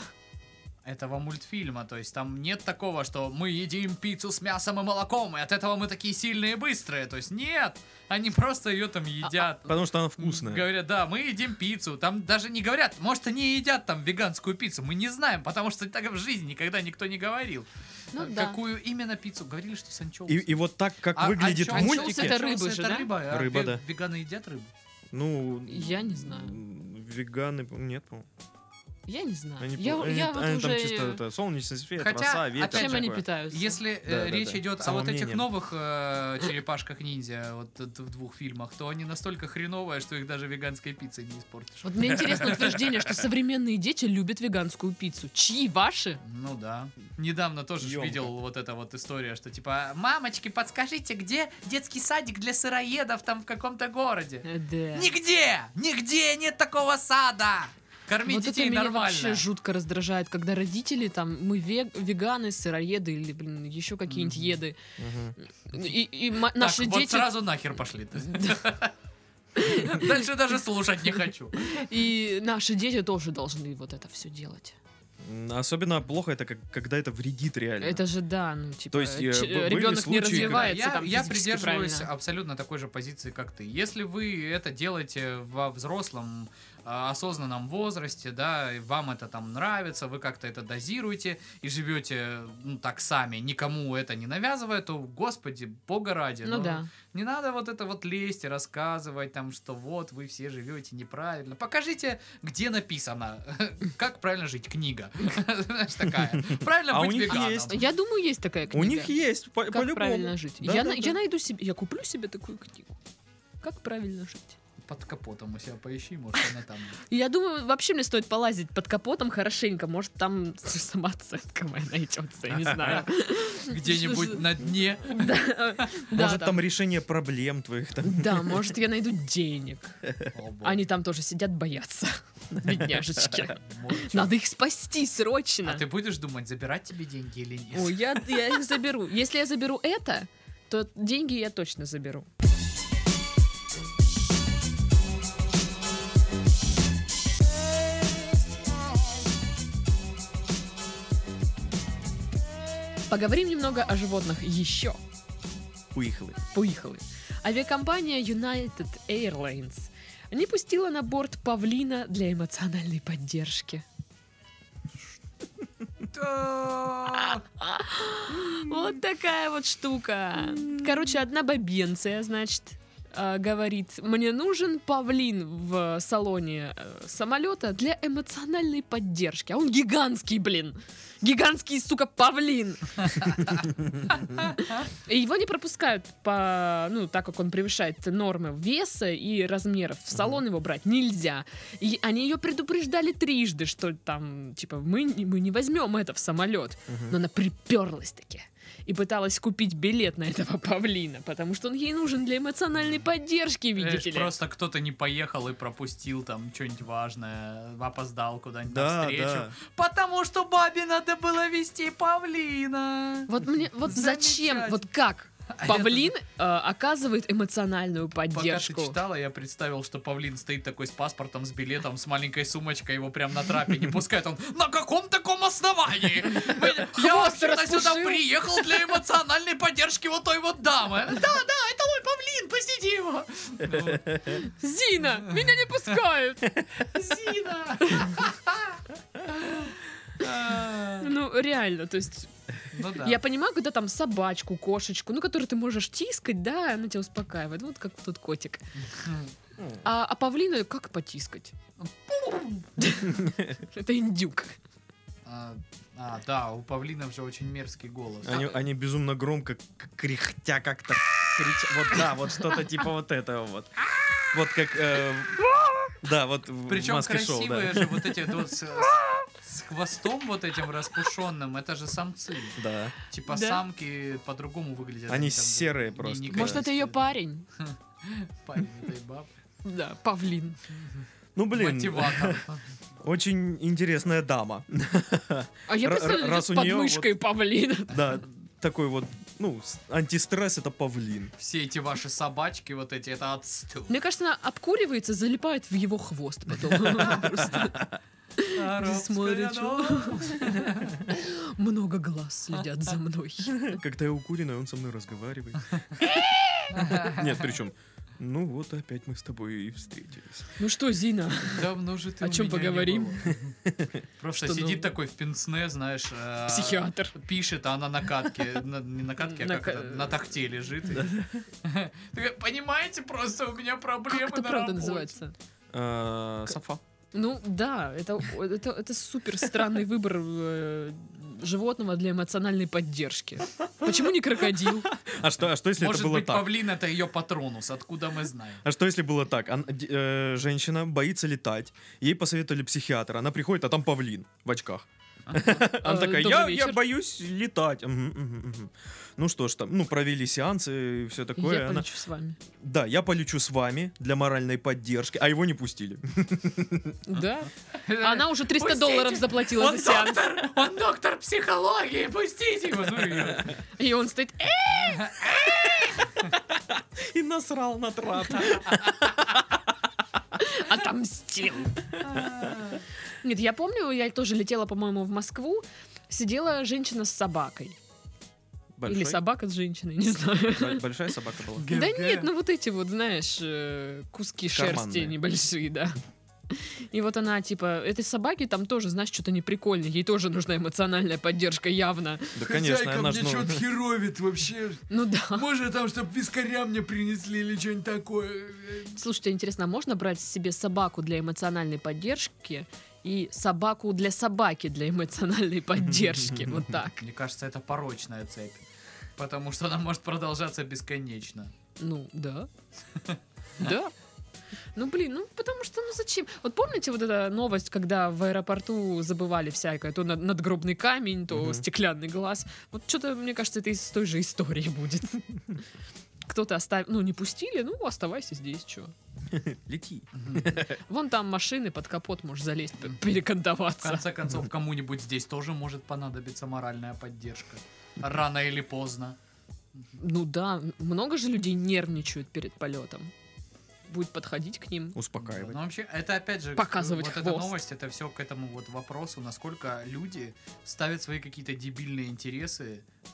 C: этого мультфильма. То есть там нет такого, что мы едим пиццу с мясом и молоком, и от этого мы такие сильные и быстрые. То есть нет, они просто ее
A: А,
C: там едят.
B: Потому что она вкусная.
C: Говорят, да, мы едим пиццу. Там даже не говорят, может, они едят там веганскую пиццу. Мы не знаем, потому что так в жизни никогда никто не говорил.
A: Ну
B: А
C: Э,
A: да.
C: Какую именно пиццу? Говорили, что с анчоусом.
B: И, и вот так, как
C: А
B: выглядит в
C: анчоусы-
B: мультике,
A: это рыба
C: анчоусы
A: же,
C: это
A: да?
C: рыба, а
B: Рыба,
C: ве-
B: да.
C: Веганы едят рыбу.
B: ну...
A: Я не знаю.
B: м, Веганы, по- нет, по-моему.
A: Я не знаю.
B: Они,
A: А, я
B: по- они-
A: я вот
B: они там
A: уже... а
B: чисто это, солнечный свет,
C: Хотя,
B: роса, ветер.
C: опять
A: Чем
C: же,
A: они
B: такое.
A: питаются?
C: Если э,
B: Да, да,
C: речь
B: да.
C: идет о вот
B: Самомнением.
C: этих новых э, черепашках ниндзя, вот э, в двух фильмах, то они настолько хреновые, что их даже веганской пиццей не испортишь.
A: Вот мне интересно утверждение, что современные дети любят веганскую пиццу. Чьи? Ваши?
C: Ну да. Недавно тоже ж
B: Ёмко.
C: видел вот эта вот история, что типа «Мамочки, подскажите, где детский садик для сыроедов там в каком-то городе?»
A: Э, Да.
C: Нигде! Нигде нет такого сада! Кормить
A: Вот это
C: детей
A: меня
C: нормально.
A: вообще жутко раздражает, когда родители там, мы вег- веганы, сыроеды или, блин, еще какие-нибудь
C: Мгм.
A: еды.
B: Мгм.
A: И, и ма-
C: Так,
A: наши
C: вот
A: дети...
C: сразу нахер пошли. Дальше даже слушать не хочу.
A: И наши дети тоже должны вот это все делать.
B: М, Особенно плохо это, как- когда это вредит реально.
A: Это же да, ну типа
B: То есть, э,
A: ч-
B: б- были
A: ребенок не
B: случаи, когда-
A: развивается
C: я,
A: там
C: я
A: физически
C: придерживаюсь
A: правильно.
C: абсолютно такой же позиции, как ты. Если вы это делаете во взрослом а, осознанном возрасте, да, и вам это там нравится, вы как-то это дозируете и живете ну, так сами, никому это не навязывая, то, господи, бога ради.
A: Ну да.
C: Не надо вот это вот лезть и рассказывать там, что вот вы все живете неправильно. Покажите, где написано, как правильно жить книга. Знаешь, такая. Правильно
B: А у
C: быть
B: них
C: веганом.
B: есть.
A: Я думаю, есть такая книга.
B: У них есть, по-
A: Как
B: по-любому.
A: правильно жить?
B: Да,
A: я,
B: да,
A: на-
B: да.
A: я найду себе, я куплю себе такую книгу. Как правильно жить?
C: Под капотом у себя поищи, может, она там.
A: И Я думаю, вообще мне стоит полазить под капотом хорошенько, может там самооценка моя найдется, я не знаю.
C: Где-нибудь на дне.
A: Да, да,
B: Может, там решение проблем твоих там.
A: Да, может я найду денег. Они там тоже сидят, боятся. Бедняжечки.
C: Может,
A: Надо их спасти
C: чё.
A: срочно.
C: А ты будешь думать, забирать тебе деньги или нет?
A: Ой, я, я их заберу. Если я заберу это, то деньги я точно заберу. Поговорим немного о животных еще.
B: Пыхлы.
A: Поехали. Авиакомпания United Airlines не пустила на борт павлина для эмоциональной поддержки.
C: Да.
A: Вот такая вот штука. Короче, одна бабенция, значит, э, говорит, мне нужен павлин в салоне э, самолета для эмоциональной поддержки. А он гигантский, блин. Гигантский, сука, павлин. И его не пропускают по, ну, так как он превышает нормы веса и размеров. В салон его брать нельзя. И они ее предупреждали трижды, что там, типа, мы, не- мы не возьмем это в самолет. Но она приперлась таки и пыталась купить билет на этого павлина, потому что он ей нужен для эмоциональной поддержки, видите
C: Знаешь,
A: ли.
C: Просто кто-то не поехал и пропустил там что-нибудь важное, опоздал куда-нибудь
B: Да,
C: на встречу.
B: да.
C: Потому что бабе надо было вести павлина.
A: Вот мне, вот зачем,
C: Замечательно.
A: вот как
C: А я
A: павлин э, оказывает эмоциональную
C: Пока ты
A: поддержку?
C: читала, я представил, что Павлин стоит такой с паспортом, с билетом, с маленькой сумочкой, его прям на трапе не пускают. Он на каком таком основании? Вы- Я
A: Хвост
C: вообще-то сюда
A: распушил.
C: приехал для эмоциональной поддержки вот той вот дамы. Да, да, это мой Павлин, пустите его. Ну,
A: Зина, меня не пускают!
C: Зина. А,
A: Ну, реально, то есть,
C: Ну да.
A: я понимаю, когда там собачку, кошечку, ну, которую ты можешь тискать, да, она тебя успокаивает, вот как тут котик. А, а павлина как потискать? Это индюк.
C: А, а, да, у Павлина же очень мерзкий голос.
B: Они, они безумно громко к- кряхтя как-то кричат. Вот да, вот что-то типа вот этого вот. Вот как... э, да, вот в
C: Причем
B: маске шоу,
C: красивые
B: да.
C: же вот эти вот с, с хвостом вот этим распушенным, это же самцы.
B: Да.
C: Типа
A: Да.
C: самки по-другому выглядят.
B: Они
C: там
B: серые
C: не-
B: просто.
C: не
B: Мне
A: Может, это ее
C: красивые.
A: парень?
C: Парень этой бабы.
A: Да, павлин.
B: Ну, блин,
C: Мотиватор.
B: очень интересная дама.
A: А я
B: Р-
A: представляю,
B: р-
A: идет
B: раз
A: с
B: у неё
A: подмышкой павлин.
B: Да, такой вот, ну, с- антистресс это павлин.
C: Все эти ваши собачки вот эти, это отступ.
A: Мне кажется, она обкуривается, залипает в его хвост потом. Просто смотрит, много глаз следят за мной.
B: Когда я укуренный, он со мной разговаривает. Нет, причем, ну вот опять мы с тобой и встретились.
A: Ну что, Зина?
C: Давно же ты
A: О
C: у
A: чем
C: меня не
A: поговорим?
C: была. Просто
A: Что,
C: сидит
A: ну?
C: такой в пенсне, знаешь. э,
A: Психиатр.
C: Пишет, а она на катке, на- не на катке, а
A: На
C: как
A: ка-
C: это, на тахте лежит. и- Такая, Понимаете, просто у меня
A: Как
C: проблемы
A: это
C: на
A: правда
C: работе».
A: называется?
B: А, Софа.
A: Ну да, это, это, это супер странный выбор э, животного для эмоциональной поддержки. Почему не крокодил?
B: А что, а что если
C: Может
B: это было
C: быть,
B: так?
C: павлин это ее патронус, откуда мы знаем.
B: А что если было так? Ан- д- э, женщина боится летать, ей посоветовали психиатра, она приходит, а там павлин в очках. Она
A: Э,
B: такая,
A: добрый
B: я,
A: вечер».
B: я боюсь летать. Мгм, мгм, мгм. Ну что ж там, ну провели сеансы и все такое.
A: Я
B: а Она-
A: полечу с вами.
B: Да, я полечу с вами для моральной поддержки, а его не пустили. А.
A: Да? Она уже 300
C: Э, Пустите!
A: долларов заплатила
C: Он
A: за сеанс.
C: доктор! Он доктор психологии! Пустите его! Ну, её.
A: И он стоит,
B: И насрал на трап.
A: отомстил. Нет, я помню, я тоже летела, по-моему, в Москву, сидела женщина с собакой. Или
B: Большой-
A: собака с женщиной, не знаю.
B: бо- Большая собака была.
A: Да нет, ну вот эти вот, знаешь, э, куски шерсти
B: Карманные.
A: небольшие, да. И вот она, типа, этой собаке там тоже, знаешь, что-то неприкольное. Ей тоже нужна эмоциональная поддержка, явно.
B: Да, конечно, она ж,
C: мне
B: ну,
C: что-то херовит вообще.
A: Ну да.
C: Может, там, чтобы вискаря мне принесли или что-нибудь такое.
A: Слушайте, интересно, а можно брать себе собаку для эмоциональной поддержки и собаку для собаки для эмоциональной поддержки? Вот так.
C: Мне кажется, это порочная цепь. Потому что она может продолжаться бесконечно.
A: Ну, да. Да. Ну, блин, ну потому что, ну зачем? Вот помните вот эта новость, когда в аэропорту забывали всякое, то над- надгробный камень, то
B: Мгм.
A: стеклянный глаз. Вот что-то, мне кажется, это из той же истории будет. Кто-то оставил, ну не пустили, ну оставайся здесь, чё.
B: лети.
A: Вон там машины, под капот можешь залезть, п-
C: В
A: перекантоваться.
C: конце концов, кому-нибудь здесь тоже может понадобиться моральная поддержка. Рано или поздно.
A: Ну да, много же людей нервничают перед полетом. Будет подходить к ним.
B: Успокаивать.
C: Ну, вообще, это опять же,
A: Показывать
C: вот эта
A: хвост.
C: новость, это все к этому вот вопросу, насколько люди ставят свои какие-то дебильные интересы э,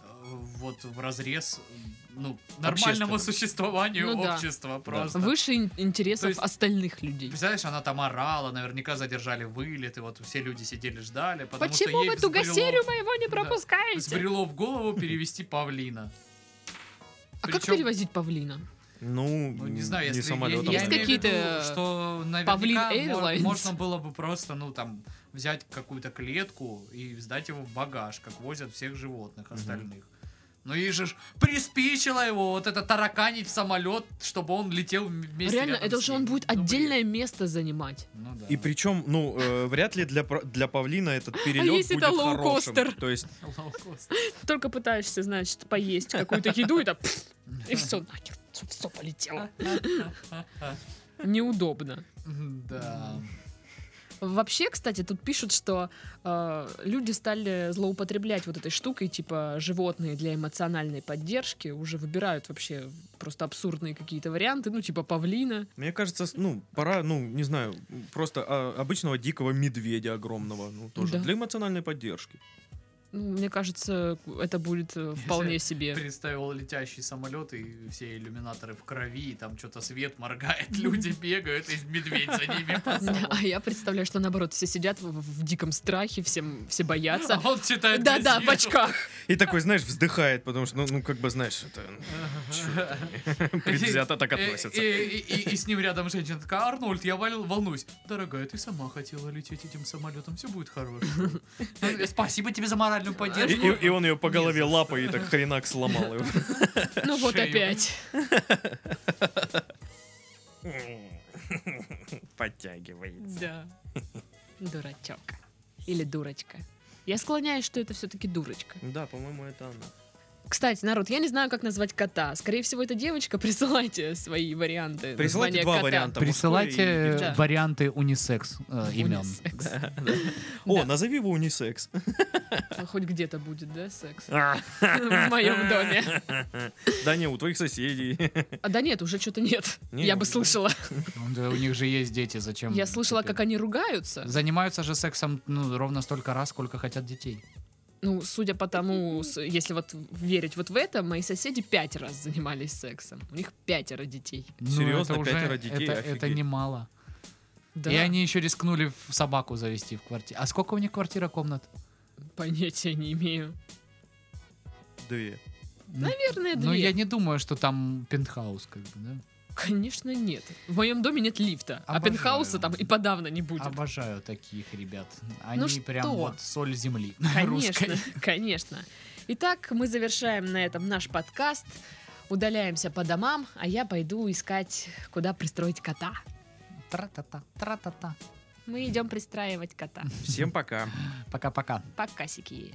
C: вот в разрез э, ну, нормальному
B: Общественному.
C: существованию
A: Ну да.
C: общества просто.
A: Выше ин- интересов
C: То есть-
A: остальных людей.
C: Представляешь, она там орала, наверняка задержали вылет, и вот все люди сидели, ждали, потому что
A: Почему
C: ей
A: вы эту
C: взбрело-
A: гастерию моего не
C: Да.
A: пропускаете?
C: взбрело в голову перевести павлина.
A: А как
C: Причем-
A: перевозить павлина?
B: Ну,
C: Ну, не знаю, если
B: самолетом.
C: я- я
A: Есть
C: имею в виду,
A: какие-то э,
C: что
A: Павлин
C: наверняка мож-
A: Airlines?
C: можно было бы просто, ну, там, взять какую-то клетку и сдать его в багаж, как возят всех животных остальных. Ну и же ж приспичило его вот это тараканить в самолет, чтобы он летел м- вместе.
A: Реально,
C: рядом
A: это
C: с
A: уже
C: ней.
A: он будет
C: Ну, блин.
A: отдельное место занимать.
C: Ну да.
B: И причем, ну, э, вряд ли для, про- для павлина этот перелет
A: если
B: будет
A: это
B: хорошим.
A: лоукостер?
B: То есть,
C: Лоукост.
A: Только пытаешься, значит, поесть какую-то еду, и так пф, и все, нахер, все полетело. Неудобно.
C: Да.
A: Вообще, кстати, тут пишут, что э, люди стали злоупотреблять вот этой штукой, типа животные для эмоциональной поддержки уже выбирают вообще просто абсурдные какие-то варианты, ну типа павлина.
B: мне кажется, с- ну, пора, ну, не знаю, просто а, обычного дикого медведя огромного, ну, тоже
A: Да.
B: для эмоциональной поддержки.
A: Ну, мне кажется, это будет э, вполне себе.
C: Представил летящий самолет, и все иллюминаторы в крови, и там что-то свет моргает, люди бегают, и медведь за ними
A: Да,
C: пасовал.
A: А я представляю, что наоборот, все сидят в, в диком страхе, всем, все
C: А
A: боятся.
C: он читает
A: Да-да, в
C: газету.
A: очках.
B: И такой, знаешь, вздыхает, потому что, ну, ну как бы, знаешь, это предвзято так
C: И-
B: относятся.
C: И, и- и- и с ним рядом женщина такая, Арнольд, я вал- волнуюсь. Дорогая, ты сама хотела лететь этим самолетом, все будет хорошо. Спасибо тебе за моральную
B: И,
C: поддержку.
B: и- и он ее по голове лапой и так хренак сломал его.
A: Ну вот
C: Шею.
A: опять.
B: Подтягивается.
A: Да. Дурачок. Или дурочка. Я склоняюсь, что это все-таки дурочка.
B: Да, по-моему, это она.
A: Кстати, народ, я не знаю, как назвать кота. Скорее всего, это девочка. Присылайте свои варианты.
B: Присылайте
A: названия
B: два
A: кота.
B: варианта. мужской и девчонки.
A: Да.
C: варианты унисекс э, имен.
A: Унисекс.
B: О,
A: Да.
B: назови его унисекс.
A: А Хоть где-то будет, да, секс? В моем доме.
B: Да не, у твоих соседей.
A: А да нет, уже что-то нет.
B: Не, ну,
A: Я бы
B: уже.
A: слышала.
C: Ну, У них же есть дети, зачем?
A: Я слышала, как они ругаются.
C: Занимаются же сексом ну, ровно столько раз, сколько хотят детей.
A: Ну, судя по тому, с- если вот верить вот в это, мои соседи пять раз занимались сексом. У них пятеро детей.
C: Ну,
B: Серьезно,
C: это уже-
B: пятеро детей?
C: Это, это
B: Офигеть.
C: немало.
A: Да,
C: И они еще рискнули в собаку завести в квартиру. А сколько у них квартира комнат?
A: понятия не имею.
B: Две.
A: Наверное, две.
C: Ну, я не думаю, что там пентхаус, как бы, да?
A: Конечно, нет. В моем доме нет лифта, а
C: Обожаю.
A: пентхауса там и подавно не будет.
C: Обожаю таких ребят. Они прям
A: Ну что?
C: вот соль земли
A: Конечно,
C: русской.
A: конечно. Итак, мы завершаем на этом наш подкаст. Удаляемся по домам, а я пойду искать, куда пристроить кота.
C: Тра-та-та, тра-та-та.
A: Мы идем пристраивать кота.
B: Всем пока.
C: Пока-пока.
A: Пока, сики.